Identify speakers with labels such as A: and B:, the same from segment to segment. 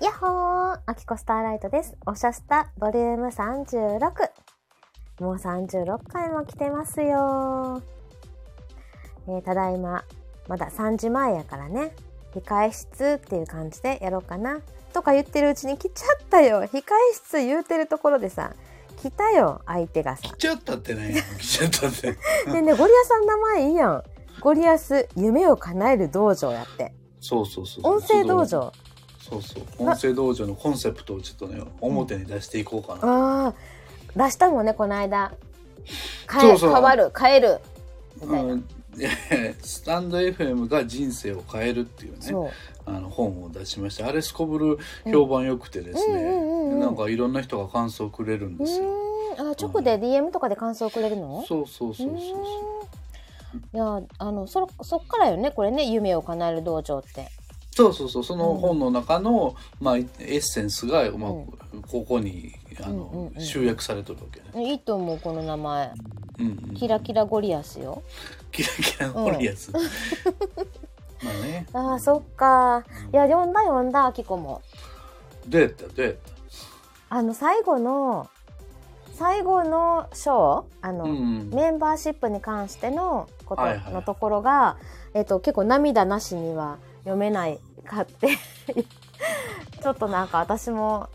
A: やっほーアキコスターライトです。おしゃスタボリューム36。もう36回も来てますよー、えーただいま、まだ3時前やからね、控室っていう感じでやろうかな。とか言ってるうちに来ちゃったよ控室言うてるところでさ、来たよ相手がさ
B: 来。ちゃったって ね。来ちゃったって。
A: でね、ゴリアさん名前いいやん。ゴリアス、夢を叶える道場やって。
B: そうそうそう。
A: 音声道。場。
B: そうそう。音声道場のコンセプトをちょっとね、表に出していこうかな。
A: ああ、出したもんね、この間。変え
B: そうそう
A: 変わる、変える。
B: うんいやいや スタンド FM が人生を変えるっていうね
A: そう。
B: あの本を出しましてあれすこぶる評判良くてですね、
A: うんうんうんうん
B: なんかいろんな人が感想をくれるん
A: う
B: ですよ、
A: ーん。あ、直で DM とかで感想をくれるの
B: そうそうそうそう
A: ーん
B: そう
A: いや、あの、そ、そっからよね、これね、夢を叶える道場って。
B: そうそうそうその本の中の、まあ、エッセンスが、まあここにあの、
A: うんうんうん
B: 集約されとるわけね、
A: いいと思う、この名前。
B: うんうん、
A: キラキラゴリアスよ。
B: キラキラのおるやつ、まあね
A: ああ、そっか。いや、読んだ読んだ、アキコも。
B: どうやったどうやった
A: あの、最後の、最後の章あの、
B: うんうん
A: メンバーシップに関してのこと
B: はいはい
A: のところが、えっと、結構涙なしには読めないかって ちょっとなんか私も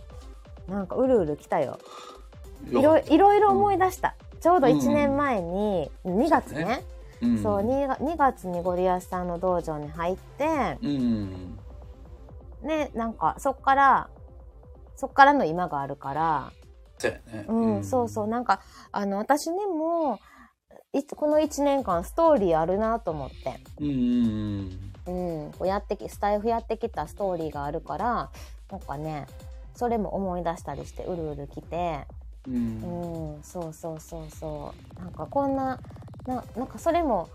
A: なんかうるうるきたよいろいろいろ思い出した、ちょうど1年前に、2月
B: そう
A: ね
B: うん
A: そう 2, が2月にゴリアスさんの道場に入って
B: うん
A: ねなんかそっからそっからの今があるから
B: そうやね
A: うん、そうそう。なんか、あの、私にも、いつ、この1年間ストーリーあるなと思って。
B: うんうん
A: うん。こうやってき、スタイフやってきたストーリーがあるから、なんかね、それも思い出したりして、うるうる来て、
B: うんうん
A: うん、そうそうそうそう。なんかこんな、な、なんかそれも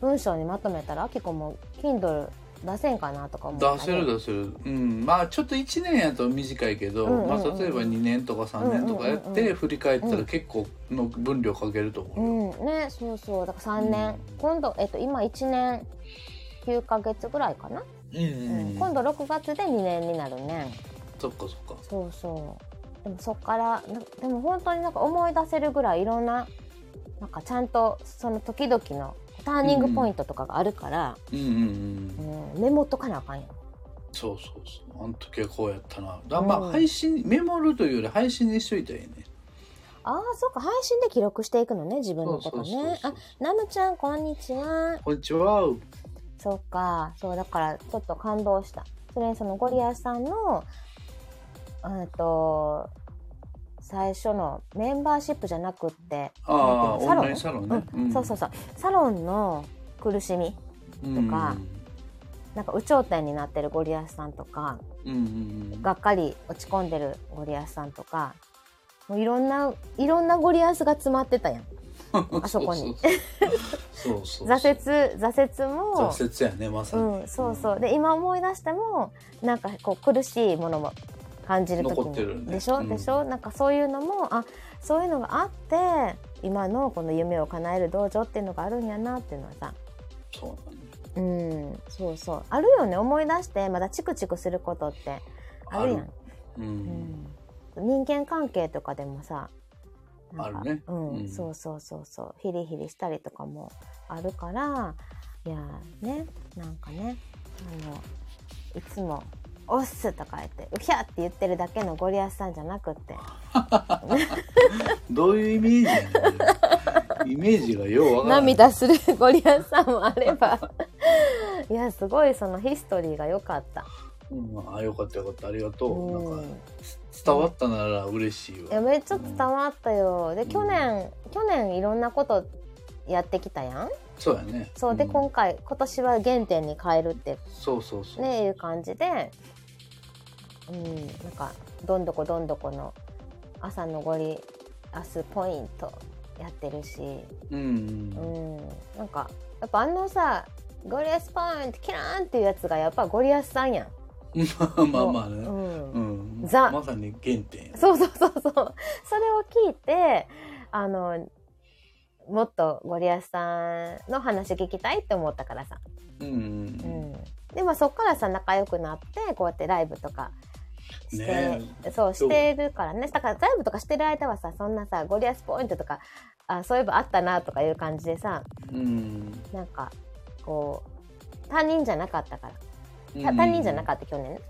A: 文章にまとめたら、あきこも Kindle 出せんかなとか思ったり
B: 出せる出せる、うん、まあちょっと1年やと短いけど、
A: うんうんうん
B: まあ、例えば2年とか3年とかやっ
A: うんうんうんう
B: て
A: ん
B: 振り返ったら結構の分量かけると
A: う
B: 思うよ、
A: ん、ね、そうそう。だから3年。
B: うん
A: 今度、えっと、今1年9ヶ月ぐらいかな。
B: うんうん
A: 今度6月で2年になるね
B: そっかそっか
A: そうそうでもそっからなでも本当になんか思い出せるぐらいいろんななんかちゃんとその時々のターニングポイントとかがあるから、
B: うんうんうん
A: うんメモっとかなあかんよ
B: そうそうそうあの時はこうやったなだま
A: うん
B: あ配信メモるというより配信にしといたらいいね
A: ああそうか配信で記録していくのね自分のこと
B: そうそう
A: ね
B: そう
A: あナムちゃんこんにちは
B: こんにちは
A: そうかそうだからちょっと感動したそれにそのゴリアスさんのえっと最初のメンバーシップじゃなくって
B: ああオンラインサロンね、
A: うんそうそうそうサロンの苦しみ
B: うん
A: とかなんか有頂天になってるゴリアスさんとか
B: うんうんうん
A: がっかり落ち込んでるゴリアスさんとかもういろんないろんなゴリアスが詰まってたやんあそこに
B: そうそうそうそうそ う
A: 挫折挫折も
B: 挫折やねまさに、
A: うん、そうそうで今思い出してもなんかこう苦しいものも感じる時
B: 残ってる
A: に、
B: ね
A: でしょ、
B: うん
A: でしょなんかそういうのもあそういうのがあって今のこの夢を叶える道場っていうのがあるんやなっていうのはさ
B: そうなのよ
A: うん、そうそう。あるよね。思い出して、まだチクチクすることってあるや
B: あ
A: ん。
B: う
A: うんん、人間関係とかでもさ、なんか
B: あるね
A: うん、
B: うん
A: そうそうそうそう。ヒリヒリしたりとかもあるから、いやーね、なんかね、あの、いつも、おっすとか言って、うひゃって言ってるだけのゴリアスさんじゃなくって。
B: どういうイメージやねんイメージがようわからない
A: 涙するゴリアスさんもあれば。 いや、すごいそのヒストリーが良かった。
B: うん、あよかったよかったありがとう、
A: う
B: なん
A: ん
B: か伝わったなら嬉しい
A: いや
B: わ
A: めっちゃ伝わったよ、で
B: ん
A: 去年去年いろんなことやってきたやん
B: そうやね
A: そうで、
B: ん
A: 今回今年は原点に変えるって
B: そうそうそう、
A: ねいう感じでうんなんかどんどこどんどこの朝のゴリアスポイントやってるしう
B: うんうん
A: んなんかやっぱあのさゴリアスポイントキラーンっていうやつがやっぱゴリアスさんやん
B: まあまあまあ
A: う
B: ね
A: ん
B: うん、
A: ザ
B: まさに原点や
A: そうそうそうそう。それを聞いて、あの、もっとゴリアスさんの話聞きたいって思ったからさ。
B: うんう
A: うんん。で、まあそっからさ、仲良くなって、こうやってライブとかして、
B: ね
A: そう、してるからね。だから財務とかしてる間はさ、そんなさ、ゴリアスポイントとか、あ、そういえばあったなとかいう感じでさ、
B: うん。
A: なんか、こう、他人じゃなかったから。
B: う
A: た
B: ん
A: 他人じゃなかった、去年ね。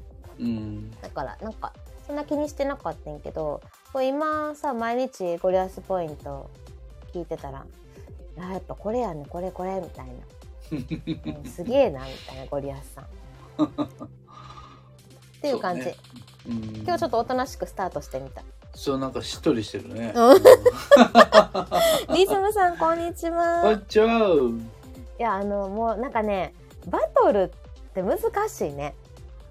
B: うん。
A: だから、なんか、そんな気にしてなかったんやけど、こう今さ、毎日ゴリアスポイント聞いてたら、あ、やっぱこれやね、これこれ、みたいな。うんすげえな、みたいな、ゴリアス さん。っていう感じ。
B: そうねうん
A: 今日ちょっとおとなしくスタートしてみた。
B: そうなんかしっとりしてるね。
A: う
B: うんん
A: リズムさん、こんにち
B: こん
A: は
B: に。ちは。
A: いや、あの、もうなんかね、バトルって難しいね。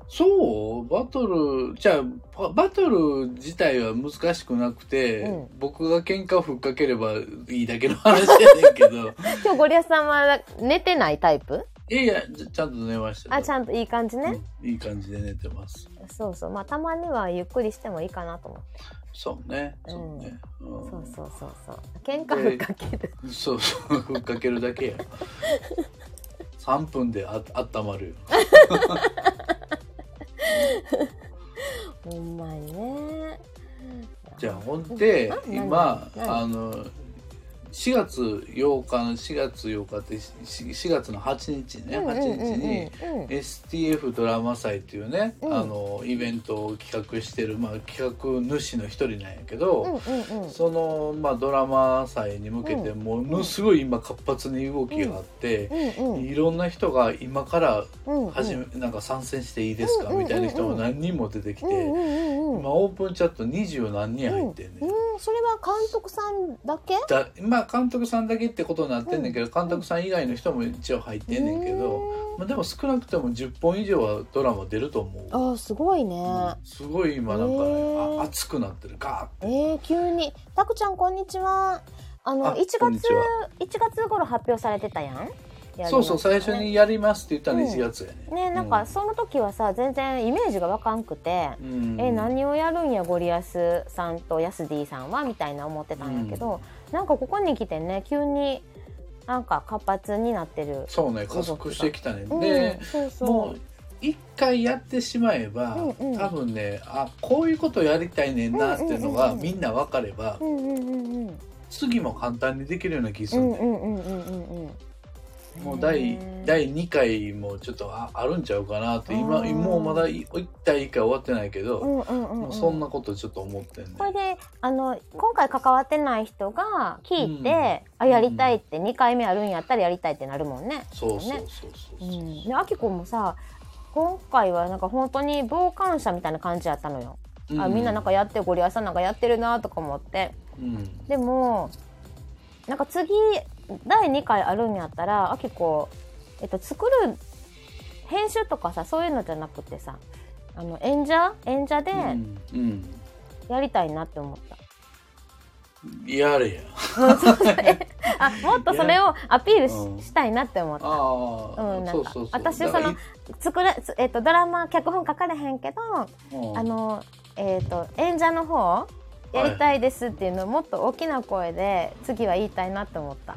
B: そうバトルじゃあババトル自体は難しくなくて、
A: うん
B: 僕が喧嘩をふっかければいいだけの話やねん けど
A: 今日ゴリアスさんは寝てないタイプ
B: いやいやちゃちゃんと寝ました
A: あ、ち
B: ん
A: ゃんといい感じね。
B: いい感じで寝てます
A: そうそう。まあ、たまにはゆっくりしてもいいかなと思って。
B: そうねそうね、うん
A: そうそうそうそう。喧嘩ふっかける。
B: そうそう ふっかけるだけや3分でああったまるよ
A: ほんまにね。
B: じゃあほんで
A: うん
B: 今
A: 何何
B: あの4月8日の4月8日って4月の8日ね8日に、
A: うんうんうんうん
B: STF ドラマ祭っていうね、
A: うん
B: あのイベントを企画してる、まあ、企画主の一人なんやけど、
A: うんうん
B: その、まあ、ドラマ祭に向けて
A: う
B: ものすごい今活発に動きがあって、
A: うんうん
B: いろんな人が今から
A: うんうん
B: 始め、なんか参戦していいですか、
A: うんうん
B: みたいな人も何人も出てきて、
A: うんうんうんうん
B: 今オープンチャット二十何人入ってんね、ん
A: うんそれは監督さんだけ
B: だまあ監督さんだけってことになってんねんけど、監督さん以外の人も一応入ってんねんけど、まあ、でも少なくとも10本以上はドラマ出ると思う。
A: ああすごいね、
B: うんすごい今なんか
A: へ
B: ね
A: ー
B: あ熱くなってるガ
A: えー、急にたくちゃんこんにちはあの
B: あ
A: 1月
B: こんにちは
A: 1月頃発表されてたやんやり
B: ー
A: ま
B: ッ
A: す
B: そうそう最初にやりますって言ったの
A: うん
B: 1月やね、
A: ねなん
B: う
A: か
B: ん
A: その時はさ全然イメージがわかんくて、
B: うん、
A: え何をやるんやゴリアスさんとヤスディさんはみたいな思ってたんだけど、なんかここに来てね急になんか活発になってる、
B: そうね加速してきたね
A: うん
B: で、
A: そうそう
B: もう一回やってしまえば、
A: うんうん
B: 多分ねあこういうことやりたいねんなっていうのが
A: うんうんうんうん
B: みんな分かれば、
A: うんうんうんうん
B: 次も簡単にできるような気す
A: う
B: る
A: ん
B: ね、
A: うんうんうんうんうん
B: もう第
A: ね
B: 第2回もちょっとああるんちゃうかなって今
A: あー
B: もうまだ1対1回終わってないけど、
A: うんうんうんう
B: も
A: ん
B: うそんなことちょっと思ってんね
A: これであの今回関わってない人が聞いて、
B: うん
A: あやりたいって、2回目あるんやったらやりたいってなるもんね。
B: そうそうそうそう
A: う
B: そう、
A: ん、であきこもさ今回はなんか本当に傍観者みたいな感じやったのよ。あみんななんかやってゴリアスさんなんかやってるなとか思って
B: うん、
A: でもなんか次第2回あるんやったらあきこ、えっと、作る編集とかさそういうのじゃなくてさあの演者演者で
B: うん
A: やりたいなって思った。
B: うん、やれや
A: あもっとそれをアピールし,、
B: うん
A: たいなって思った
B: ああ、
A: うんなんか
B: そうそうそう
A: 私
B: だからい
A: 作れ、つえっとドラマ脚本書かれへんけど、
B: うん
A: あの、えっと演者の方やりたいですっていうのをもっと大きな声で次は言いたいなって思った、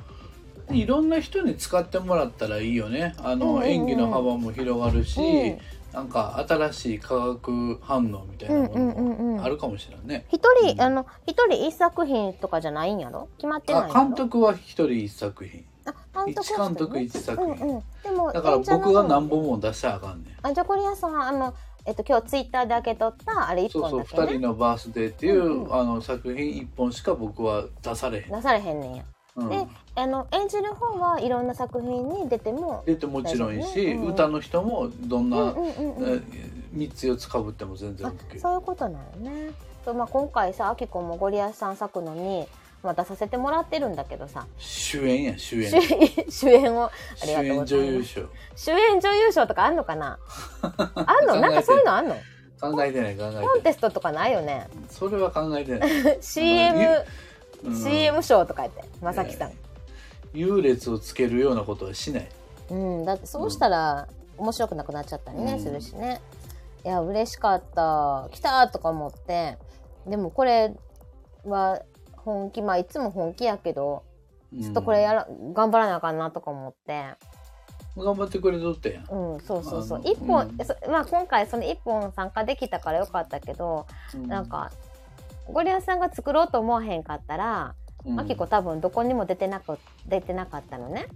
B: いろんな人に使ってもらったらいいよねあの、
A: うんうんうん
B: 演技の幅も広がるし、
A: うん
B: なんか新しい化学反応みたいな
A: うんうんうん
B: も
A: う
B: の
A: ん
B: あるかもしれないね、
A: 一人、あの一人一作品とかじゃないんやろ決まってないんやろ
B: あ監督は一人一作品
A: あ監督
B: 一監督一作品
A: うんうん、でも
B: だから
A: 演者の
B: 僕が何
A: 方
B: 本も出したらあかんねん
A: あじゃあこれやさんあのえっと今日ツイッターで開けとったあれ一
B: そう
A: 本
B: そう
A: だ
B: 「
A: けね
B: 二人のバースデー」っていう、
A: うんうん
B: あの作品一本しか僕は出されへん、
A: 出されへんねんや、
B: うん
A: であの演じる方はいろんな作品に出ても
B: 出てもちろんいいし、
A: うんうん
B: 歌の人もどんな、
A: うんうんうんうん
B: 3つ4つかぶっても全然
A: あ
B: OK
A: そういうことなのね。とまあ、今回さあきこもゴリアスさん作のに、まあ、出させてもらってるんだけどさ
B: 主演や主演
A: 主演 主演をあ
B: 主
A: りがとうご
B: 演
A: ざいま
B: 女優
A: す
B: 賞
A: 主演女優賞とかあんのか なあん
B: 考え
A: の
B: て
A: なんかそういうのあんの
B: 考えてない考
A: コン
B: えてない
A: テストとかないよね
B: それは考えてない
A: CM、
B: うん
A: CM 賞とか言ってまさきさん、
B: えー優劣をつけるようなことはしない
A: うんだってそうしたら面白くなくなっちゃったりね、
B: うん
A: するしねいや嬉しかった来たとか思ってでもこれは本気まあいつも本気やけどちょっとこれやら、頑張らなあかんなとか思って。
B: 頑張ってくれとってやん。
A: うん、そうそうそ
B: あ
A: う。
B: の
A: 一本、
B: うん
A: そまあ今回その一本参加できたからよかったけど、
B: う
A: なん、か、ゴリアスさんが作ろうと思わへんかったら、
B: うん
A: アキコ多分どこにも出てなく、出てなかったのね。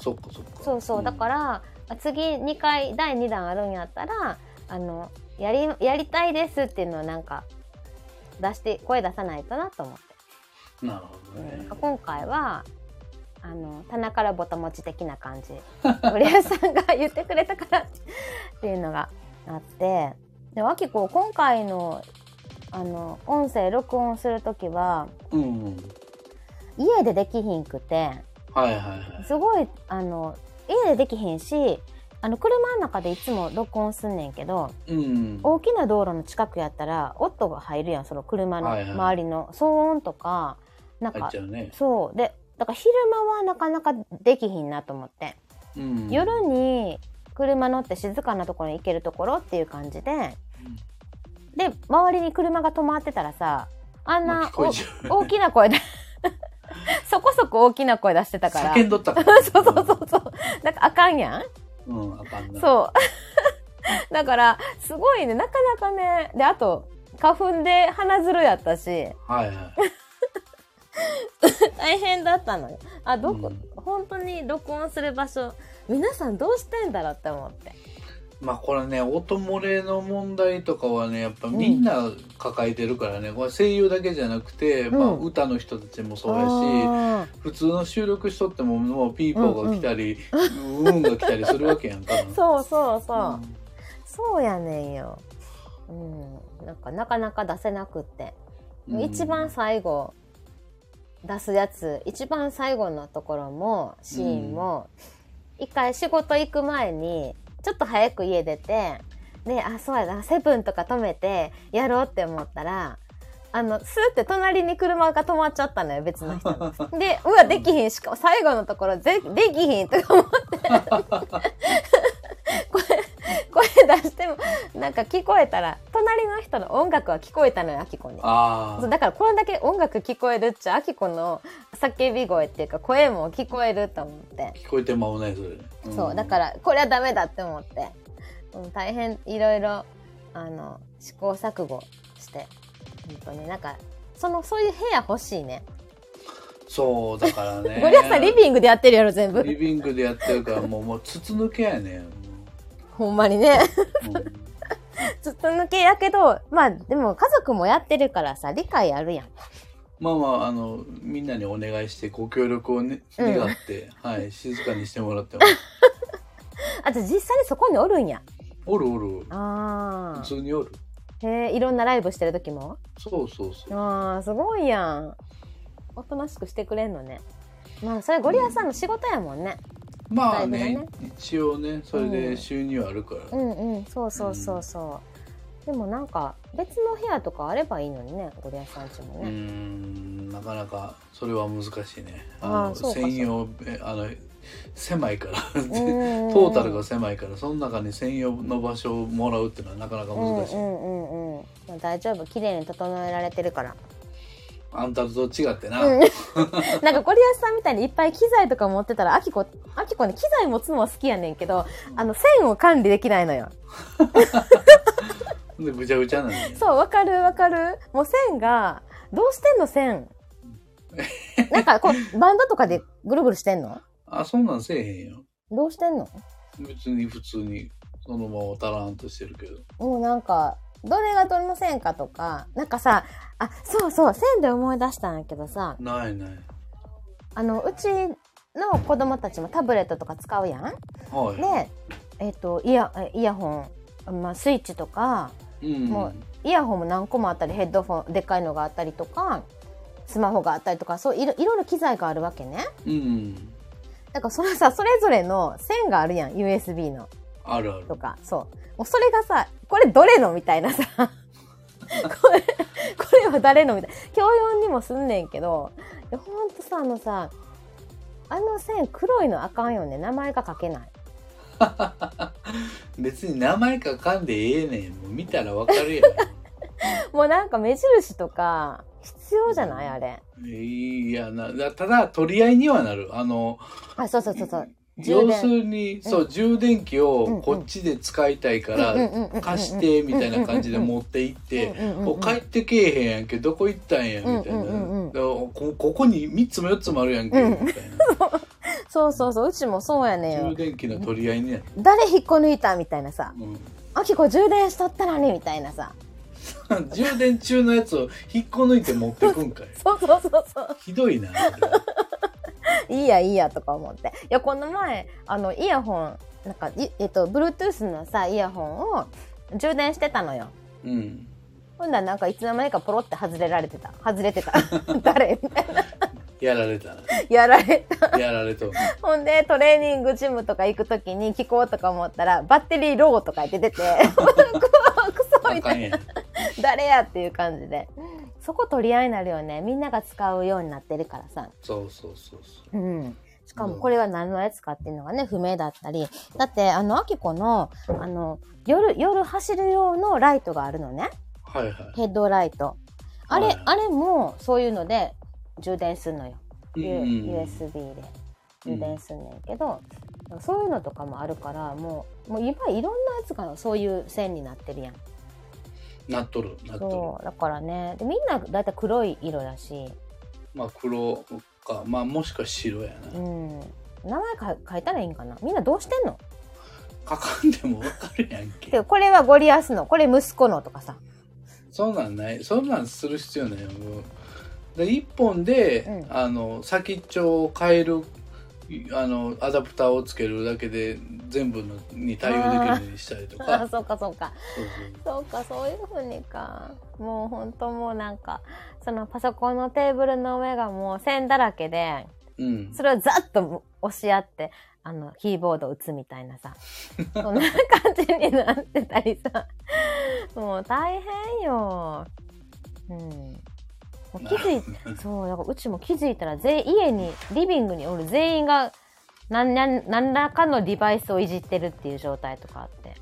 B: そっかそっか。
A: そうそう。だから、あ次2回、第2弾あるんやったら、あの、やり、やりたいですっていうのをなんか、出して、声出さないとなと思って。
B: ら。なるほどね。
A: 今回はあの棚からぼたもち的な感じ 森保さんが言ってくれたからっていうのがあってでもあきこ今回のあの音声録音する時は
B: うんうん。
A: 家でできひんくて
B: はいはいはい。
A: すごいあの家でできひんしあの車の中でいつも録音すんねんけど
B: うん。
A: 大きな道路の近くやったら音が入るやんその車の
B: はいはい
A: 周りの騒音とかなん
B: 入っ
A: か
B: ちゃうね。
A: そうでだから昼間はなかなかできひんなと思って、
B: うん。
A: 夜に車乗って静かなところに行けるところっていう感じでで周りに車が止まってたらさあん
B: まあ
A: な
B: 聞こえ
A: お
B: ちゃう。
A: 大きな声で そこそこ大きな声出してたから
B: 叫んどったから。
A: そうそうそうそうなんかあかんやん
B: うん。うん、あかんな。
A: そう だからすごいねなかなかねであと花粉で鼻づるやったし
B: はいはい。
A: 大変だったのよあどこ、
B: うん
A: 本当に録音する場所皆さんどうしてんだろうって思って
B: まあこれね音漏れの問題とかはねやっぱ
A: ん
B: みんな抱えてるからね、これ声優だけじゃなくて、まあ、
A: うん
B: 歌の人たちもそうやし
A: あ
B: 普通の収録しとってももうピーポーが来たり、うんうん、が来たりするわけやんか。
A: ー そうそうそう、
B: うん
A: そうやねんようんなんかなかなか出せなくって、
B: うん
A: 一番最後出すやつ一番最後のところもシーンも、一回仕事行く前にちょっと早く家出てであそうやなセブンとか止めてやろうって思ったらあのスーって隣に車が止まっちゃったのよ別の人の でうわできひんしかも最後のところぜできひんとか思って これ声出してもなんか聞こえたら隣の人の音楽は聞こえたのよあきこに。
B: あ
A: そう
B: あ
A: だからこれだけ音楽聞こえるっちゃあきこの叫び声っていうか声も聞こえると思って、
B: 聞こえてまうねそれ、ん
A: そうだからこれはダメだって思って、うん、大変いろいろあの試行錯誤して本当になんかそのそういう部屋欲しいね、
B: そうだから ね
A: ゴリラさんリビングでやってるやろ全部
B: リビングでやってるからもうもう筒抜け やねんも
A: ほんまにね
B: ううん
A: ずっと抜けやけどまあでも家族もやってるからさ理解あるやん
B: まあまあ、あの、みんなにお願いして、ご協力をね、
A: うん
B: 願って、はい、静かにしてもらってます。
A: あじゃあ実際にそこにおるんや
B: おるおる、
A: あ
B: 普通におる。
A: あへえいろんなライブしてる時も
B: そうそうそう。
A: ああすごいやんおとなしくしてくれんのねまあそれゴリラさんの仕事やもんね、
B: まあ
A: ライブ
B: ね
A: が、
B: 一応ね、それ
A: う
B: で
A: ん
B: 収入あるから。
A: うん、うんそうそうそうそう、でもなんか別の部屋とかあればいいのにねゴリラさんちも
B: うー
A: ね、
B: ん、なかなか、それは難しいね。
A: あー
B: あの、
A: そうかそう
B: 専用、えあの、狭いから、
A: う
B: ト
A: んうんうん
B: ータルが狭いから、その中に専用の場所をもらうっていうのはなかなか
A: うん
B: 難しい。
A: うんうんうんまあ大丈夫綺麗に整えられてるから、
B: あんたと違ってな。
A: うん、なんかゴリラさんみたいにいっぱい機材とか持ってたらあきこあきこね機材持つのは好きやねんけどあの線を管理できないのよ
B: で、ぐちゃぐちゃなんだよね。
A: そう、わかるわかる。もう線が、どうしてんの線。なんかこう、バンドとかでぐるぐるしてんの
B: あ、そんなんせえへんよ。
A: どうしてんの
B: 別に普通にそのままたらんとしてるけど
A: もうなんか、どれがどれの線かとか、なんかさ、あ、そうそう、線で思い出したんやけどさ、
B: ないない
A: あの、うちの子供たちもタブレットとか使うやん
B: はい、
A: で、えっ、と、イヤ、えイヤホン、まあ、スイッチとか、
B: うん
A: もイヤホンも何個もあったり、ヘッドフォン、でっかいのがあったりとか、スマホがあったりとか、そう、いろいろいろ機材があるわけね。
B: うん
A: なんかそのさ、それぞれの線があるやん、USB の
B: あるある
A: とか、そう。もうそれがさ、これどれのみたい なさ、これ、これは誰のみたいな。教養にもすんねんけど、いやほんとさ、あのさ、あの線黒いのあかんよね、名前が書けない。
B: 別に名前書かんでええねんもう見たらわかるや
A: もうなんか目印とか、必要じゃ ないあれ。
B: んいやなだただ取り合いにはなるあの
A: あ、そうそうそうそう。充
B: 要
A: 電
B: するに、そう充電器をこっちで使いたいから貸してみたいな感じで持って行って。お帰ってけえへんやんけどこ行ったんやみたいな、
A: うんうんうんうん
B: だからこここに3つも4つもあるやんけ、
A: うん
B: みたいな
A: そうそうそううちもそうやねん
B: 充
A: よ
B: 電器の取り合いね、
A: 誰引っこ抜いたみたいなさ
B: うん
A: 「あきこ充電しとったのに」みたいなさ
B: 充電中のやつを引っこ抜いて持ってく んかい
A: そうそうそうそう
B: ひどいな
A: いいやいいやとか思っていやこの前あのイヤホンなんかいえっと Bluetooth のさイヤホンを充電してたのよ
B: うん
A: ほんだらなんかいつの間にかポロって外れられてた外れてた誰みたいな
B: やられたな
A: やられた
B: やら れとんな
A: ほんでトレーニングジムとか行く時に聞こうとか思ったらバッテリーローとか言って出て クソ
B: あ
A: み
B: か
A: たい
B: んやん
A: な誰やっていう感じでそこ取り合いになるよねみんなが使うようになってるからさ
B: そうそうそうそう
A: うんしかもこれは何のやつかっていうのがね不明だったりだってあのあきこのあの夜夜走る用のライトがあるのね
B: はいはい
A: ヘッドライトあれ、
B: はい
A: あれもそういうので充電すんのよ、U-
B: うんうん
A: USB で充電すんねんけど、そういうのとかもあるからもうもう今いろんなやつがそういう線になってるやん
B: なっとるなっと
A: そうだからねでみんなだいたい黒い色だし、
B: るまあ黒かまあもしくは白や
A: う、
B: なん
A: 名前か書いたらいいんかなみんなどうしてんの
B: かかんでもわかるやんけ
A: でこれはゴリアスのこれ息子のとかさ
B: そんなんないそんなんする必要ないよもうで1本で、
A: う
B: あの先っちょを変えるいあのアダプターをつけるだけで全部のに対応できるようにしたりとか
A: あそうかそうか
B: そう
A: そ
B: そう
A: うかそういうふうにかもうほんともうなんかそのパソコンのテーブルの上がもう線だらけで
B: うん
A: それをザッと押し合ってあのキーボード打つみたいな さそんな感じになってたりさもう大変ようんもう気づい そうだからうちも気づいたら全家にリビングにおる全員が何何何らかのデバイスをいじってるっていう状態とかあって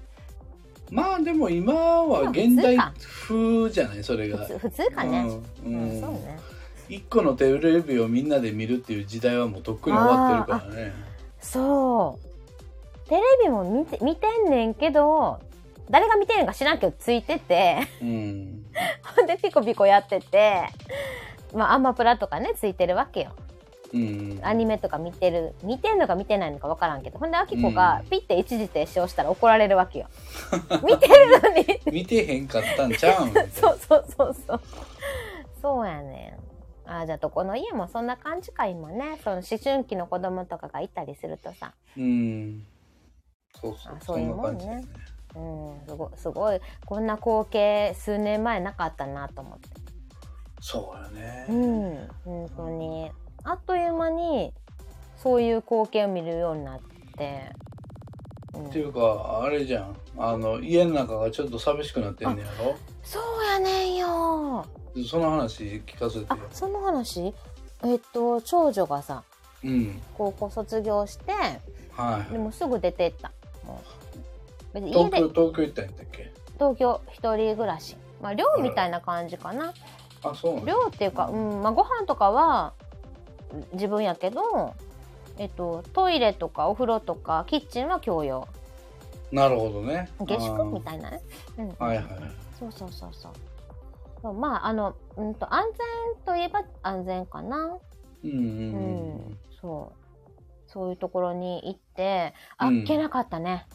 B: まあでも今は現代風じゃないそれが
A: 普通普通かね、
B: う
A: うん
B: ん、う
A: そうんね
B: 一個のテレビをみんなで見るっていう時代はもうとっくに終わってるからね
A: そう。テレビも見て見てんねんけど、誰が見てんのか知らんけどついてて、
B: うん
A: ほん でピコピコやってて、まあアマプラとかね、ついてるわけよ。
B: うん
A: アニメとか見てる、見てんのか見てないのかわからんけど、ほんでアキコがピッて一時停止をしたら怒られるわけよ。見てるのに
B: 見てへんかったんちゃうん
A: そうそうそうそう。そうやねん。ああ、じゃあどこの家もそんな感じか、今ね。その思春期の子供とかがいたりするとさ。
B: うんそうそう
A: あそういうもんね
B: そな感じだ
A: うん、すごいすごいこんな光景数年前なかったなと思って
B: そうよね、
A: うん本当にあっという間にそういう光景を見るようになって、うん
B: っていうかあれじゃんあの家の中がちょっと寂しくなってんねやろ
A: そうやねんよ
B: その話聞かせてよ
A: あその話えっと長女がさ
B: うん
A: 高校卒業して
B: は
A: でもすぐ出てったもう別
B: い
A: に家
B: 東
A: で
B: 京東京行ったんやったっけ
A: 東京一人暮らしまあ寮みたいな感じかな、
B: あそうなんだ
A: 量っていうか、うんまあ、ご飯とかは自分やけど、えっと、トイレとかお風呂とかキッチンは共用
B: なるほどね
A: 下宿み
B: い
A: たいなね、うん
B: はいはい
A: そうそうそうそうそうまああの、うん、と安全といえば安全かな
B: うんう
A: うん
B: ん、うん、
A: そうそういうところに行ってあっ
B: うん
A: けなかったね、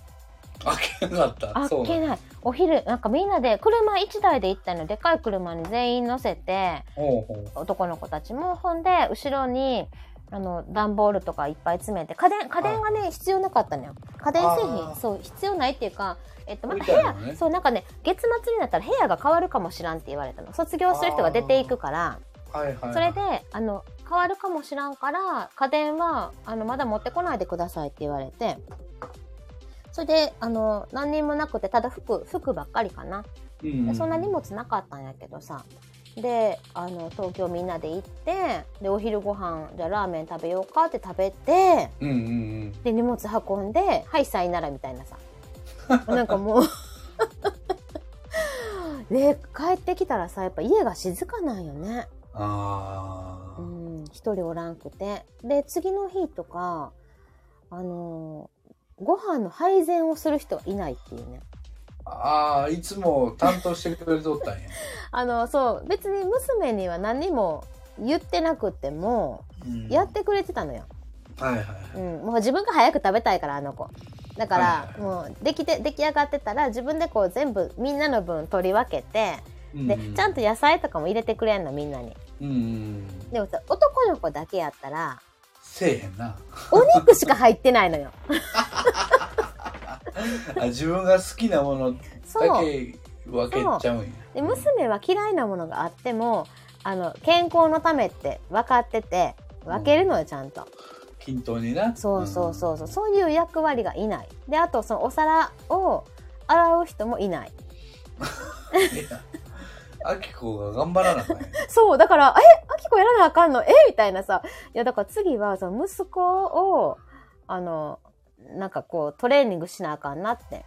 B: あけなかった
A: あっ
B: そう
A: け
B: なん
A: な
B: だ
A: いお昼なんかみんなで車1台で行ったのでかい車に全員乗せて
B: ほうほう
A: 男の子たちもほんで後ろにあの段ボールとかいっぱい詰めて家電家電がね必要なかったのよ家電製
B: あ
A: 品
B: ー
A: そう必要ないっていうか、えっと、ま
B: 置
A: た
B: い
A: 部
B: てある
A: 屋、
B: のね
A: そうなんかね月末になったら部屋が変わるかもしらんって言われたの卒業する人が出ていくから
B: はいはいはい
A: それであの変わるかもしらんから家電はあのまだ持ってこないでくださいって言われてそれであの何にもなくてただ服服ばっかりかな
B: うんう
A: で
B: ん
A: そんな荷物なかったんやけどさであの東京みんなで行ってでお昼ご飯じゃあラーメン食べようかって食べて
B: うんうんうん
A: で荷物運んで「はいさいなら」みたいな さなんかもう で帰ってきたらさやっぱ家が静かなんよね
B: あ
A: う
B: ー
A: ん一人おらんくてで次の日とかあのーご飯の配膳をする人はいないっていうね。
B: ああいつも担当してくれとったんや、
A: あの、そう、別に娘には何も言ってなくても、
B: うん
A: やってくれてたのよ。
B: はいはいは
A: う
B: い
A: ん、もう自分が早く食べたいから、あの子。だか
B: は
A: ら、
B: い
A: もう、できて、出来上がってたら、自分でこう全部、みんなの分取り分けて、
B: うん
A: で、ちゃんと野菜とかも入れてくれんの、みんなに。
B: うんうん
A: でもさ、男の子だけやったら、
B: せえへんな
A: お肉しか入ってないのよ。
B: あ自分が好きなものだ
A: そう。
B: け分けちゃうんや
A: で、娘は嫌いなものがあっても、あの、健康のためって分かってて、分けるのよ、ちゃんと。
B: 均等にな
A: そうそうそうそう、そういう役割がいない。で、あとそのお皿を洗う人もいない。
B: うんいやあきこが頑張らなあかんやん
A: そう、だから、え、あきこやらなあかんのえみたいなさ。いや、だから次は、その息子を、あの、なんかこう、トレーニングしなあかんなって。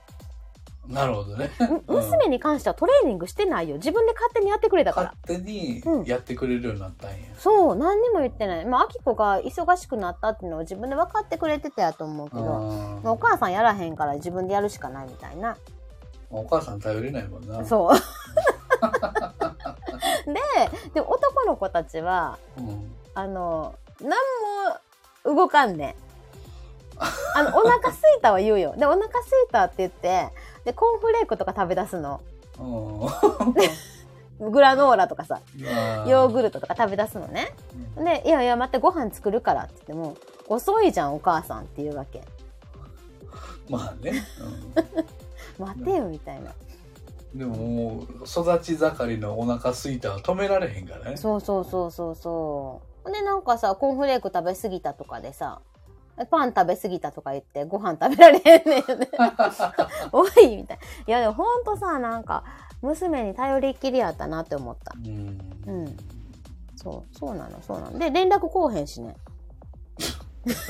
B: なるほどね
A: む
B: うん
A: 娘に関してはトレーニングしてないよ。自分で勝手にやってくれたから
B: 勝。手に
A: うん
B: やってくれるようになったんや、
A: そう、何にも言ってない。まあ、あきこが忙しくなったっていうのを自分で分かってくれてたやと思うけ
B: あ
A: ど、
B: ー
A: まあお母さんやらへんから自分でやるしかないみたいな。
B: お母さん頼れないもんな
A: そう。で、でも男の子たちは、
B: う、ん、
A: あの、何も動かんねん。あの、お腹すいたは言うよ。で、お腹すいたって言って、で、コーンフレークとか食べ出すの。
B: うん
A: グラノーラとかさ、 ヨー
B: ヨ
A: グルトとか食べ出すのね。で、いやいや、待って、ご飯作るからって言っても、遅いじゃん、お母さんっていうわけ。
B: まあね、
A: 待てよ、みたいな。
B: うん、でももう育ち盛りのお腹すいたは止められへんからね
A: そうそうそうそうそう。で、なんかさ、コーンフレーク食べ過ぎたとかでさ、パン食べ過ぎたとか言って、ご飯食べられへんねん よね。おいみたいな。いや、でもほんとさ、なんか、娘に頼りっきりやったなって思った。
B: うん、
A: うんそう、そうなの、そうなの。で、連絡こうへんしね。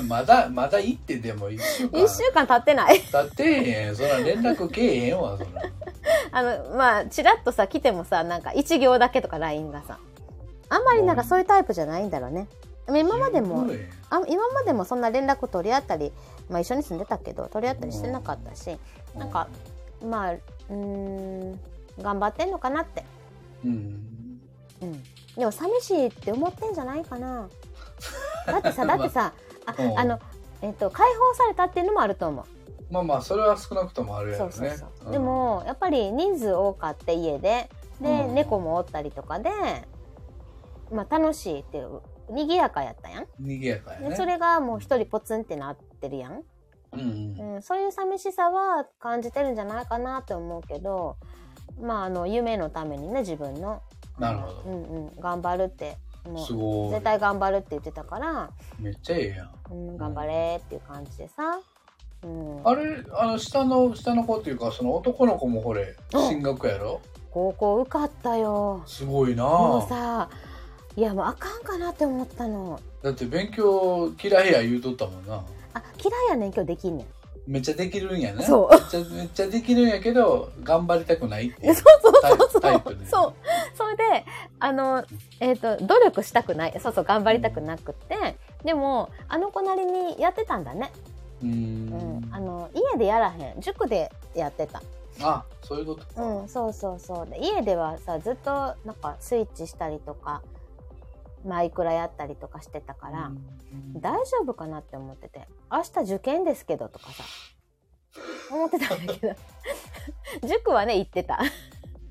B: まだまだ行ってでも1週間
A: 一週間経ってない。
B: だってへんそら連絡けえへんわそら
A: あの、まあ、チラッとさ、来てもさ、なんか、一行だけとか LINE がさ。あんまりなんかそういうタイプじゃないんだろうね。今までも
B: 十、分や
A: あ今までもそんな連絡取り合ったり、まあ、一緒に住んでたけど取り合ったりしてなかったし、なんかまあうーん頑張ってんのかなって、
B: うん
A: うん、でも寂しいって思ってんじゃないかな だってさだってさあ
B: うん
A: あの、えっと解放されたっていうのもあると思う
B: まあまあそれは少なくともあるやろ
A: そうう
B: ね
A: そうそう、
B: ん
A: でもやっぱり人数多かって家でで、
B: うん
A: 猫もおったりとかで、まあ、楽しいっていう賑やかやったやん、
B: 賑やかや
A: で
B: ね
A: それがもう一人ポツンってなってるやん
B: うんうん
A: うん、そういう寂しさは感じてるんじゃないかなって思うけど、まあ、あの夢のためにね自分の
B: なるほど
A: うんうん、頑張るっても
B: す
A: う
B: ごい
A: 絶対頑張るって言ってたから、
B: めっちゃええやん
A: うん、頑張れっていう感じでさ、うん、
B: あれあの下の下の子っていうかその男の子もこれ
A: うん
B: 進学やろ
A: 高校受かったよ
B: すごいな
A: もうさいやもうあかんかなって思ったの
B: だって勉強嫌いや言うとったもんな
A: あ嫌いやねん今日できんねん
B: めっちゃできるんやね
A: そう
B: めっちゃめっちゃできるんやけど頑張りたくないってい う
A: そうそうそう
B: タ
A: そ
B: イプ
A: う
B: ね
A: そうそれであの、えっと努力したくないそうそう頑張りたくなくって、でもあの子なりにやってたんだね、
B: うー
A: うんん、あの家でやらへん塾でやってた
B: あそういうことか
A: うんそうそうそうで家ではさずっとなんかスイッチしたりとかマイクラやったりとかしてたから、
B: うん
A: 大丈夫かなって思ってて明日受験ですけどとかさ思ってたんだけど 塾はね行ってた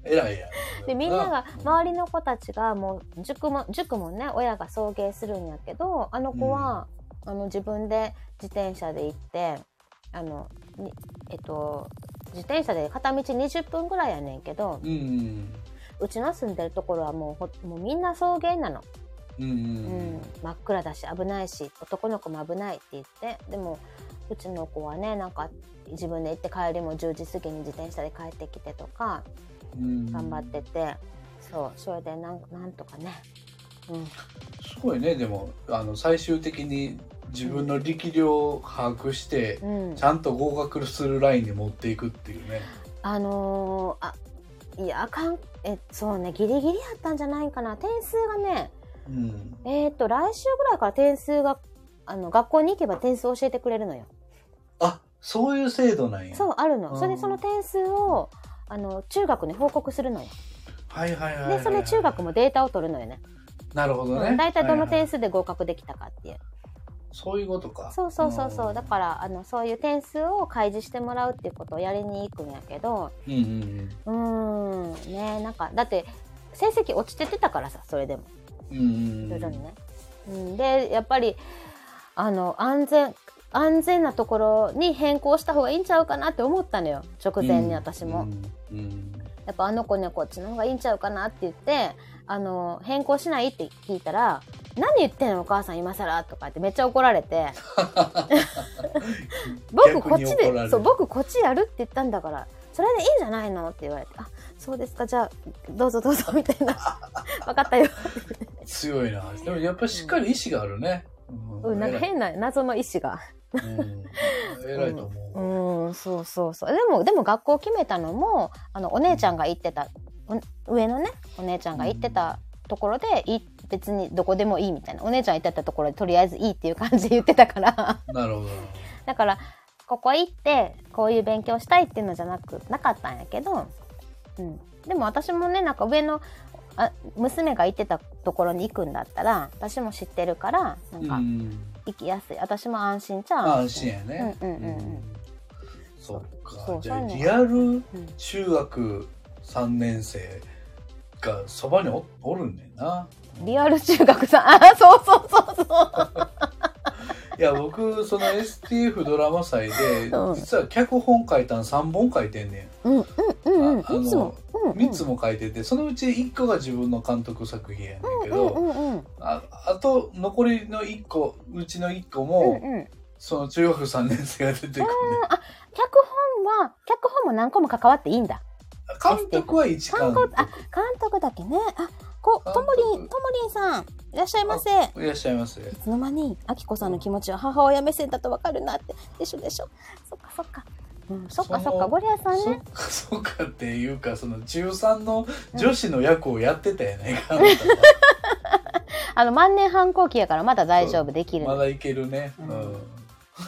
B: 偉いや
A: でみんなが周りの子たちがもう塾も塾もね親が送迎するんやけどあの子は、あの自分で自転車で行ってあのにえっと自転車で片道20分ぐらいやねんけど
B: りうん
A: うちの住んでるところはもうほもうみんな送迎なの、
B: うんう
A: うん
B: ん
A: 真っ暗だし危ないし男の子も危ないって言ってでもうちの子はねなんか自分で行って帰りも10時過ぎに自転車で帰ってきてとか
B: うん
A: 頑張ってて、そうそれでなんなんとかね、う
B: すごいねでもあの最終的に自分の力量を把握して
A: んうん
B: ち、ゃんと合格するラインに持っていくっていうね
A: あのーあいやあかんえそうねギリギリやったんじゃないかな点数がね
B: うん
A: えっ、と来週ぐらいから点数があの学校に行けば点数を教えてくれるのよ。
B: あそういう制度なんや
A: そうあるの。それ
B: う
A: で
B: ん
A: その点数をあの中学に報告するのよ。
B: はいはいはいはい、
A: でそれ中学もデータを取るのよね。
B: なるほど
A: う
B: ね
A: ん大体どの
B: はいはい
A: 点数で合格できたかっていう。
B: そういうことか、
A: そうそうそうそう。だかららあのそういう点数を開示してもらうっていうことをやりに行くんやけど、
B: うんうんうん
A: うーんねなんかだって成績落ちててたからさそれでも
B: うん
A: 徐
B: うんう
A: 々に
B: ん
A: ね。うん、でやっぱりあの安全安全なところに変更した方がいいんちゃうかなって思ったのよ直前に私も、
B: うんうん
A: やっぱあの子にはこっちの方がいいんちゃうかなって言ってあの変更しないって聞いたら「何言ってんのお母さん今更」とか言ってめっちゃ怒られ て「僕こっち
B: 逆に怒られ
A: で
B: る
A: そう僕こっちやるって言ったんだからそれでいいんじゃないの?」って言われて「あそうですかじゃあどうぞどうぞ」みたい な「分かったよ」
B: 強いなでもやっぱりしっかり意志があるね、うん
A: うん、なんか変な謎の意思が。
B: 偉い,、うん、偉いと思う、
A: うん、そうそうそう。でも、でも学校決めたのも、あの、お姉ちゃんが行ってた、お上のね、お姉ちゃんが行ってたところで、い別にどこでもいいみたいな。お姉ちゃん行ってたところでとりあえずいいっていう感じで言ってたから。
B: なるほど
A: だから、ここ行って、こういう勉強したいっていうのじゃなく、なかったんやけど、うん。でも私もね、なんか上の、あ娘が行ってたところに行くんだったら、私も知ってるから、なん
B: う
A: か、
B: ん
A: 行きやすい。私も安心ちゃ
B: 安心やね。
A: うんうんうんうん
B: そっ
A: そ
B: か。
A: う
B: じゃあ
A: そういうの
B: リアル
A: うん
B: 中学三年生がそばにおおるんねんな。
A: リアル中学さん、 あ、そうそうそうそう。
B: いや僕その STF ドラマ祭で
A: うん
B: 実は脚本書いたん三本書いてんね
A: うんうんうん
B: ああ
A: うん。
B: の
A: いつも。うん
B: ん。三つも書いててそのうち一個が自分の監督作品やねんけ
A: うんう
B: ど、
A: んうん。
B: ああと残りの一個うちの一個
A: うん
B: も
A: うん。
B: その中学三年生が出てくるねん。
A: 脚本は、脚本も何個も関わっていいんだ。
B: 監督は一監
A: 監。
B: 督
A: 督あ監督だけね。あ、こ、
B: 監督
A: ともりん、ともりんさん、いらっしゃいませ。い
B: いらっしゃいます。
A: つの間に、あきこさんの気持ちは母親目線だとわかるなって。でしょでしょ。そっかそっか。うん、そっか
B: そ
A: そ
B: の
A: っか。ゴリアさん
B: そ
A: ね
B: っ。かそっかっていうかその中3の女子の役をやってたやないか、
A: あの、万年反抗期やからまだ大丈夫できる。
B: まだいけるね、うん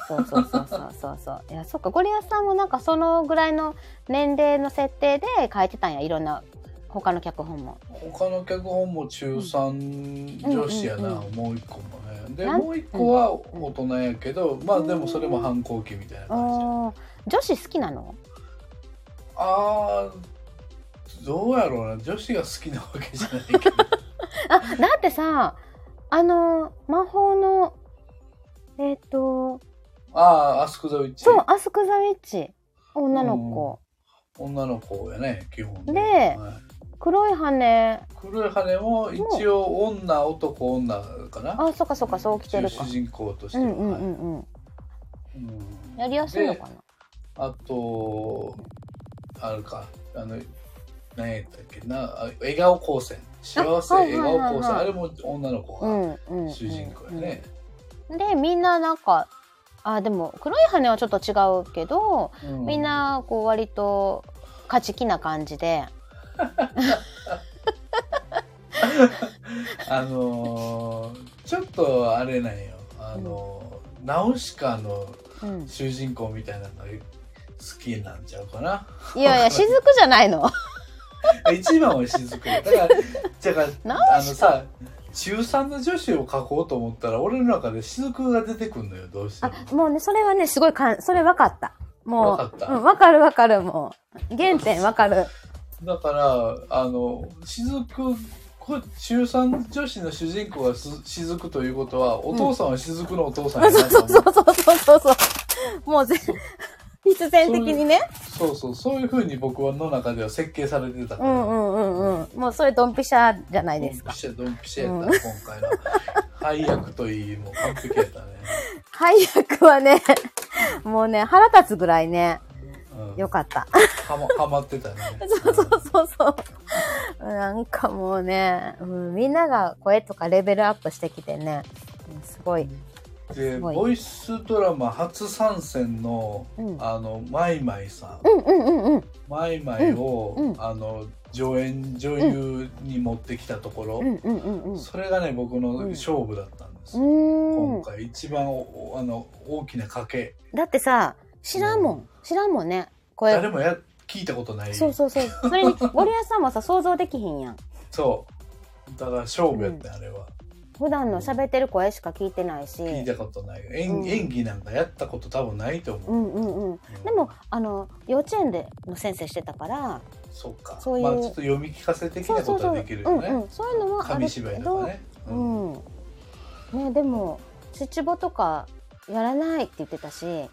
A: そうそうそうそうそうそう。いや、そっか、ゴリアスさんもなんかそのぐらいの年齢の設定で書いてたんや、いろんな他の脚本も。
B: 他の脚本も中3女子やな、
A: うんうん
B: もう一個もねで
A: なん
B: もう一個は大人やけど、まあでもそれも反抗期みたいな
A: あ
B: 感じや、
A: ー女子好きなの
B: あーどうやろうな女子が好きなわけじゃないけど
A: あ、だってさ、あの、魔法の、えっ、と、
B: ああアスク・ザ・ウィッチ
A: そう、アスク・ザ・ウィッチ、女の子。
B: 女の子やね基本
A: で
B: はい
A: 黒い羽、
B: 黒い羽も一応女男女かな
A: あ、そっかそっか、そう来てるか
B: 主。人公として
A: う
B: は、
A: んうんうんうん。
B: うん
A: やりやすいのかな。
B: あとあるかあの何やったっけなあ笑顔光線幸せ
A: あはい
B: 笑
A: はいはいはい
B: 顔光線あれも女の
A: う
B: 子
A: んうん、うん。
B: が主人公やね、
A: で、みんななんか、あ、でも、黒い羽はちょっと違うけど、
B: う
A: みんなこう割と勝ち気な感じで、
B: あのーちょっとあれなんよあのー、ナウシカの
A: うん、
B: 主人公みたいなのが好きなんちゃうかない
A: やいや雫じゃないの
B: 一番は雫よだからだからあのさ中3の女子を書こうと思ったら俺の中で雫が出てくるのよどうして
A: あ
B: も
A: もうねそれはねすごいかんそれ分かったもう
B: わかった
A: うん、分かる分かるもう原点分かる
B: だからあの雫こ中3女子の主人公がす雫ということはお父さんは雫のお父さん
A: そう
B: や
A: そう
B: な
A: そ
B: と
A: う
B: 思
A: そうそう
B: う
A: そうそうもうぜ必然的にね
B: そうそうそういうふうに僕はの中では設計されてたか
A: う
B: ら、
A: んうんうんうんもうそれドンピシャじゃない
B: ドン
A: ですか
B: ピシャドンピシャやった、今 回の配役といいもう完璧やったね、
A: 配役はねもうね腹立つぐらいね
B: うん、
A: よかった
B: はまはまってたね
A: そうそうそうそう。なんかもうね、うんみんなが声とかレベルアップしてきてね、うんすごい。
B: です
A: ごい
B: ボイスドラマ初参戦の、
A: うん
B: あのマイマイさん、
A: うんうんうんうん。
B: マイマイを、
A: うんうん
B: あの上演女優に持ってきたところ、
A: うんうんうんうん。
B: それがね僕の勝負だったんですです
A: う
B: よ
A: ーん
B: 今。回一番おあの大きな賭け
A: だってさ、知らんもん。知らんもんね。こ
B: 誰
A: れ。
B: もや聞いたことない
A: そうそうそう。それに、 ゴリアスさんはさ、想像できひんやん。
B: そうだから勝負やったあれは、
A: 普段の喋ってる声しか聞いてないし。
B: 聞いたことない演,、
A: うん
B: 演技なんかやったこと多分ない
A: う
B: と思う、
A: んうんうん。
B: うん
A: でも、あの、幼稚園での先生してたから、
B: そっか
A: そういう
B: まあちょっと読み聞かせ的
A: そ
B: な
A: うそう
B: こと
A: そう。
B: はできるよね
A: うんうん。そういうのはある
B: 紙
A: け
B: 芝居と
A: ど、
B: かね、
A: う
B: うん
A: ん。ね、でも、七五とか、やらないって言ってたし、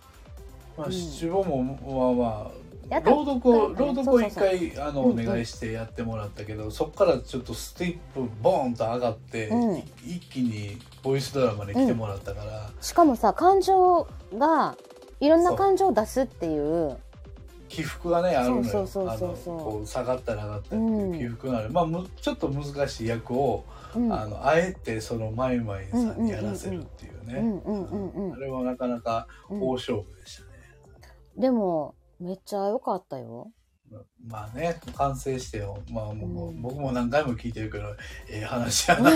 B: ま
A: う
B: あ
A: ん
B: 七五もまあま
A: や
B: あ
A: った
B: 朗読を
A: そう
B: 朗
A: だね
B: 読を一回あの
A: うん
B: お願いしてやってもらったけどそっからちょっとステップボーンと上がって
A: うん
B: い一気にボイスドラマに来てもらったから
A: しかもさ、感情が、いろんな感情を出すっていう、
B: 起伏がねあるの
A: そう
B: よ
A: そうそう
B: あ
A: そう
B: の
A: そう
B: こう下がったら上がったっていう起伏があるまあむちょっと難しい役を
A: うん、
B: あのあえてそのマイマイさんにやらせるっていう
A: う
B: ね
A: んうんうんうん
B: あれはなかなか
A: うん
B: 大勝負でしたね。
A: でも、めっちゃ良かったよ。
B: まあね完成してよ、まあ、もう
A: うん
B: 僕も何回も聞いてるけどええ話やな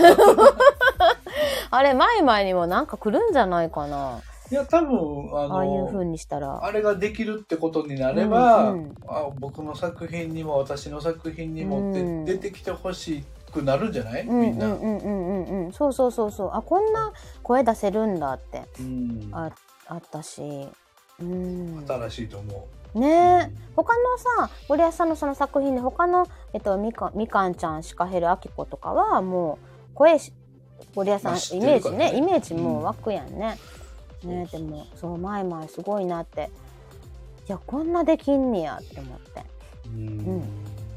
A: あれ、前々にもなんか来るんじゃないかな。
B: いや多分あ
A: ああいう
B: の
A: 風にしたら。
B: あれができるってことになれば、
A: うんうん
B: あ僕の作品にも私の作品にもって
A: うん
B: 出てきてほしくなるんじゃない、
A: うん
B: み
A: うんん
B: な、
A: うんうんうんうん。そうそうそうそう。あ、こんな声出せるんだって
B: うん
A: ああったし。うん。
B: 新しいと思
A: ねえ。他のさ、堀江さんのその作品で他の、えっと、みかみかんちゃん、シカヘル、アキコとかはもう声し、堀江さ
B: ま
A: ん
B: あ、知
A: イ
B: っ
A: メ
B: て
A: ー
B: る
A: ジ
B: から
A: ね、
B: ね
A: イメージもう湧くやんね。
B: うん
A: ねえでも、そう、前々すごいなって。いや、こんなできんねやって思って。
B: う、うん
A: うん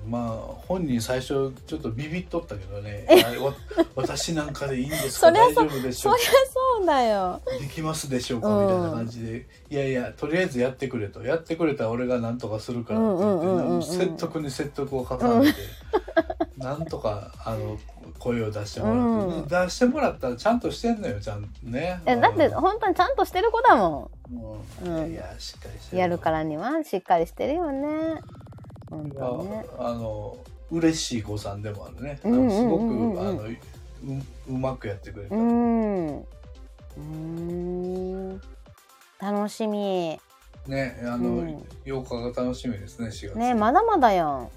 B: まあ本人最初ちょっとビビっとったけどねあれわ 私なんかでいいんです
A: そ
B: か
A: りゃ
B: 大丈夫でし
A: そ
B: ょ
A: り
B: う
A: ゃそうだよ。
B: できますでしょうか
A: うん
B: みたいな感じで、いやいやとりあえずやってくれとやってくれたら俺が何とかするからって言って、
A: うんうんうんうんうん
B: 説得に説得を重 ねて、なんとかあの声を出してもらって、
A: うん
B: 出してもらったらちゃんとしてんのよちゃんとね。
A: え、だって
B: うん
A: 本当にちゃんとしてる子だも
B: も
A: う
B: う
A: ん
B: いやいやしっかりして
A: ん。やるかららにはしっかりしてるよね。本
B: あ
A: 当ね。
B: の嬉しい子さんでもあるね、
A: うんうんうんうん
B: あのすごくあのううまくやってくれた、
A: うん。うーん。楽しみ。
B: ねあの、
A: うん
B: 8日が楽しみですね4月
A: ね、まだまだやん。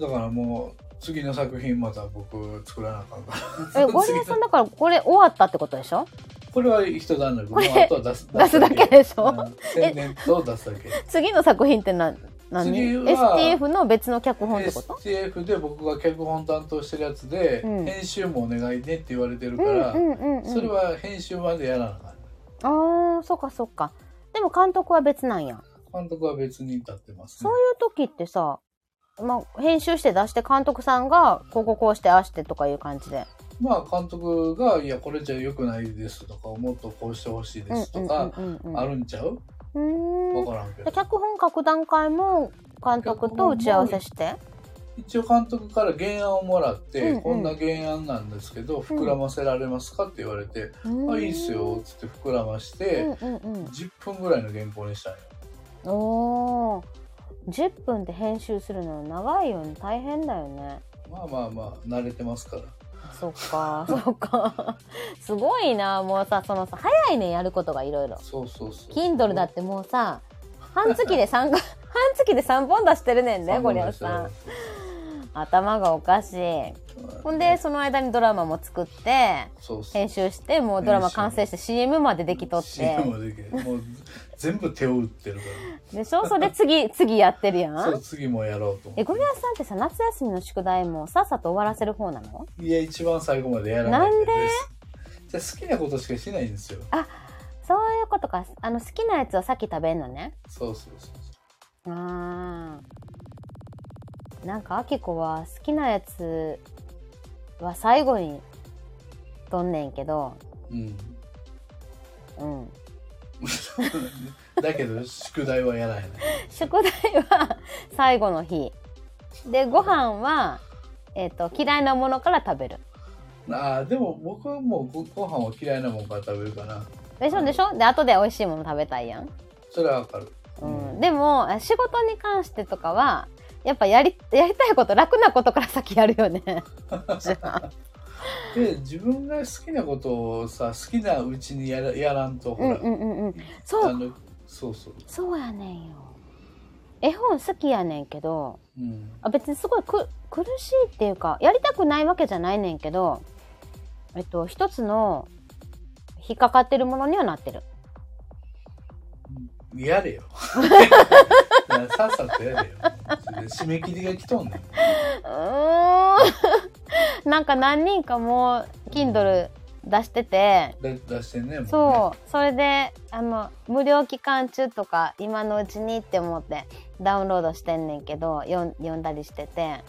B: だからもう次の作品また僕作らなあかんから
A: え、ゴリエさん
B: 次の
A: だからこれ終わったってことでしょ
B: これは一段落
A: これ
B: もうあとは出す
A: 出すだけでしょ
B: うん宣伝と出すだけ
A: 次の作品ってな、何
B: 次は
A: ?STF の別の脚本ってこと
B: STF で僕が脚本担当してるやつで、
A: うん
B: 編集もお願いねって言われて
A: う
B: るか
A: ん
B: ら、
A: うんうんうん。
B: それは編集までやらなあかん
A: ああ、そっかそっか。でも監督は別なんや。
B: 監督は別に立ってます、
A: そ
B: ね
A: う、いう時ってさ、まあ、編集して出して監督さんが、こうこうこうして、ああしてとかいう感じで。
B: まあ監督が「いやこれじゃ良くないです」とか「もっとこうしてほしいです」とか、
A: うんうんうんうん
B: あるんちゃう
A: う
B: 分
A: ーん
B: からんけ
A: で
B: ど
A: 脚本書く段階も監督と打ち合わせして。
B: 一応監督から原案をもらっ
A: う
B: て、
A: んうん
B: こんな原案なんですけど膨らませられますかって言われて
A: う
B: 「
A: ーん
B: あいいっすよ」。っつって膨らまし
A: うん
B: て、
A: うんうん。
B: 10分ぐらいの原稿にしたんよ
A: おお。10分で編集するの長いよね。大変だよね。
B: まあまあまあ慣れてますから
A: そっか、 そっか。すごいな。もうさ、そのさ、早いね、やることがいろいろ。
B: そうそうそう
A: Kindle だってもうさ、半月で3回、半 月で3本出してるねんね、
B: 三
A: ゴ
B: 本
A: リ
B: 出
A: アス
B: し
A: さん
B: た。
A: 頭がおかしい。ほんで、その間にドラマも作って、
B: そうそう
A: 編集して、もうドラマ完成して CM までできとっ
B: CM
A: て。
B: もできるもう全部手を打ってるか
A: でしょそれ次、次やってるや。
B: らそうん次もやろうと思
A: え、
B: っ
A: ゴリアスさんってさ、夏休みの宿題もさっさと終わらせる方なの
B: ていや一番最後までやらない
A: なんで
B: じゃあ好きなことしかしないんですよ
A: そういうことか。あの、好きなやつはさっき食べんのね。
B: そうそうそう
A: あーなんかあきこは好きなやつは最後にとんねんけど
B: うん
A: うん
B: だけど宿題はやらへん
A: 宿題は最後の日でご飯はえっ、と嫌いなものから食べる
B: ああでも僕はもうごご飯は嫌いなもんから食べるかな
A: でしょでしょで後で美味しいもの食べたいやん、
B: それはわかる
A: うんでもあ仕事に関してとか はやっぱやりやりたいこと楽なことから先やるよねじゃあ
B: で自分が好きなことをさ好きなうちにやらやらんと
A: うん
B: ほら、
A: うんうんうん。
B: あ
A: そう、
B: のそうそう、
A: そうやねんよ。絵本好きやねんけど、
B: うん、
A: あ別にすごいく苦しいっていうか、やりたくないわけじゃないねんけど、えっと、一つの引っかかってるものにはなってる。
B: や れよさっさとやれよ締め切りが来とんねん
A: うーん。 なんか何人かもう、Kindle 出してて、
B: 出出してんねもうね
A: そう、それで、あの、無料期間中とか、今のうちにって思って、ダウンロードしてんねんけど、読ん読んだりしてて。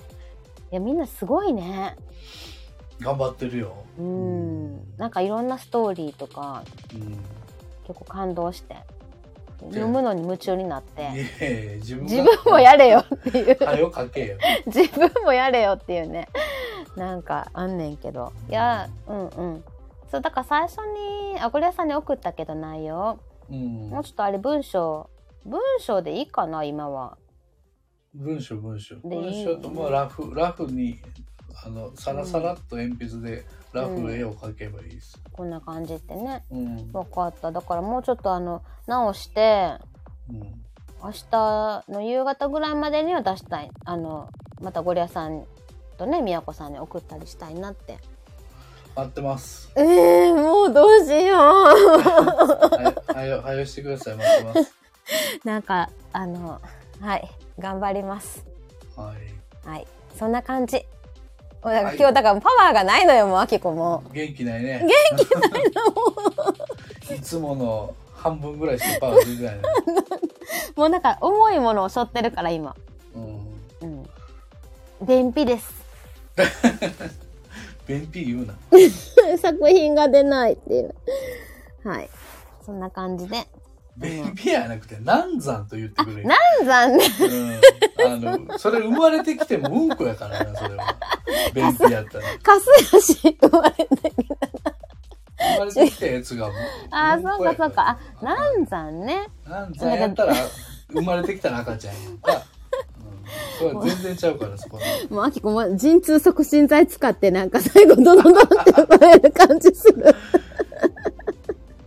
A: いや、みんなすごいね。
B: 頑張ってるよ
A: うん。なんかいろんなストーリーとか、
B: うん
A: 結構感動して、読むのに夢中になっ
B: い
A: て、
B: えいえ自分
A: 自分もやれよっていう、
B: はよかけよ
A: 自分もやれよっていうね、なんかあんねんけど。いや、うんうん。そう、だから最初に、あ、これ屋さんに送ったけど内容。
B: うん
A: もうちょっとあれ文章文章でいいかな今は
B: 文章文章
A: で
B: 文章ともうラフラフにあのさらさらっと鉛筆でラフの絵を描けばいいです、
A: こんな感じってね
B: うん
A: 分かっただからもうちょっとあの直して
B: うん
A: 明日の夕方ぐらいまでには出したいあのまたゴリアさんとね宮子さんに送ったりしたいなって
B: 待っ てます
A: えー、もうどうしよ
B: ははよはよしてください待ってます
A: う なんかあのはい頑張ります
B: はい
A: はいそんな感じもうなんか
B: はい
A: 今日だからパワーがないのよもうあきこ も
B: 元気ないね元気ないのいつもの半分ぐらいしかパワー出てないね、
A: もうなんか重いものを背負ってるから今
B: うん、
A: うん便秘です
B: 便秘言うな
A: 作品が出ないっていう。はい。そんな感じで。
B: 便秘やなくて難産と言ってくれ
A: 難産ね。
B: うん、あのそれ生まれてきてもうんこやからなそれは便秘やったら
A: かすやし生まれてきた。
B: 生まれてきたやつがもう
A: ああ、
B: ん
A: そう
B: や
A: かそうか。あ、難産ね。
B: なんざやったら生まれてきたら赤ちゃんやんか、うん、それは全然ちゃうからそこは
A: もう、あきこも、陣痛促進剤使って、なんか最後、ドドドンって生まれる感じす る。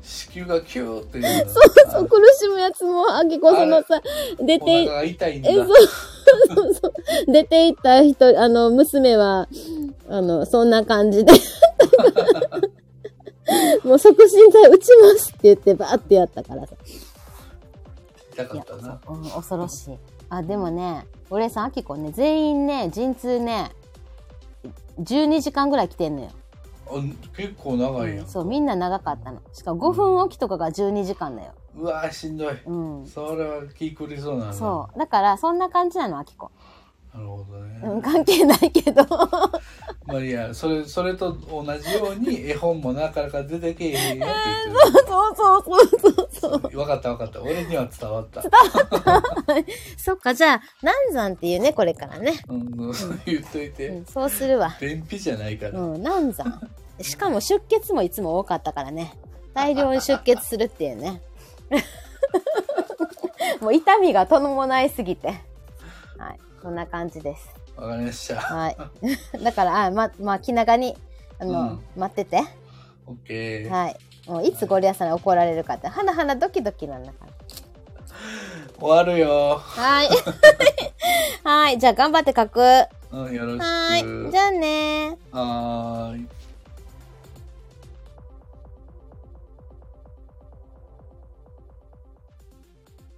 B: 子宮がキューっていうそう
A: そう、苦しむやつも、あきこそのさ、出
B: お
A: て
B: 腹、が痛いんだ
A: え、そう、そうそう。 出て行った人、あの、娘は、あの、そんな感じで。 もう促進剤打ちますって言って、バーってやったからさ。
B: 痛かったな
A: うん、恐ろしい。あ、でもね、俺さん、あきこね、全員ね、陣痛ね、12時間ぐらい来てんのよ。
B: あ結構長いやん
A: そう、みんな長かったの。しかも5分おきとかが12時間だよ。
B: うわーしんどい
A: うん。
B: それは気くりそうなの
A: そう。だから、そんな感じなの、あきこ。
B: なるほどね、
A: うん、関係ないけど。
B: マリアそれそれと同じように絵本もなかなか出てけえへんよって言って
A: そうそうそうそうそう。
B: る分かった分かった俺には伝わった
A: そっか、じゃあ、難産っていうね、これからね。
B: うん、そう言っといて、
A: うん、そうするわ。
B: 便秘じゃないから、
A: うん、難産。しかも出血もいつも多かったからね。大量に出血するっていうね。 もう痛みが伴いすぎて。はい。そんな感じです。
B: わかりました
A: はい。 だから、あま、まあ、気長に、あの、
B: うん
A: 待ってて。
B: オッケー
A: はい。もういつゴリラさんに怒られるかって、はなはなドキドキなんだから。
B: 終わるよ、
A: はい。はい。じゃあ、頑張って書く。は
B: うん、よろしく
A: い。じゃあね
B: はーい